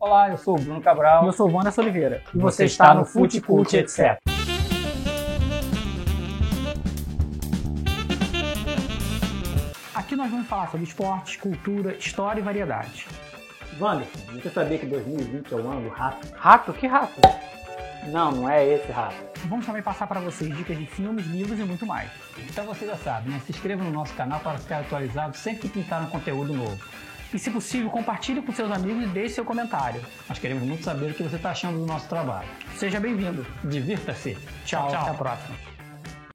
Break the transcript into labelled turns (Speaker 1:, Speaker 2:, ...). Speaker 1: Olá, eu sou o Bruno Cabral.
Speaker 2: E eu sou o Wanderson Oliveira. E você, está, no Fute Cult, etc. Aqui nós vamos falar sobre esportes, cultura, história e variedade.
Speaker 1: Wanderson, você sabia que 2020 é o ano do rato?
Speaker 2: Rato? Que rato?
Speaker 1: Não, não é esse rato.
Speaker 2: Vamos também passar para vocês dicas de filmes, livros e muito mais.
Speaker 1: Então você já sabe, né? Se inscreva no nosso canal para ficar atualizado sempre que pintar um conteúdo novo.
Speaker 2: E se possível, compartilhe com seus amigos e deixe seu comentário.
Speaker 1: Nós queremos muito saber o que você está achando do nosso trabalho.
Speaker 2: Seja bem-vindo.
Speaker 1: Divirta-se.
Speaker 2: Tchau,
Speaker 1: Tchau.
Speaker 2: até a próxima.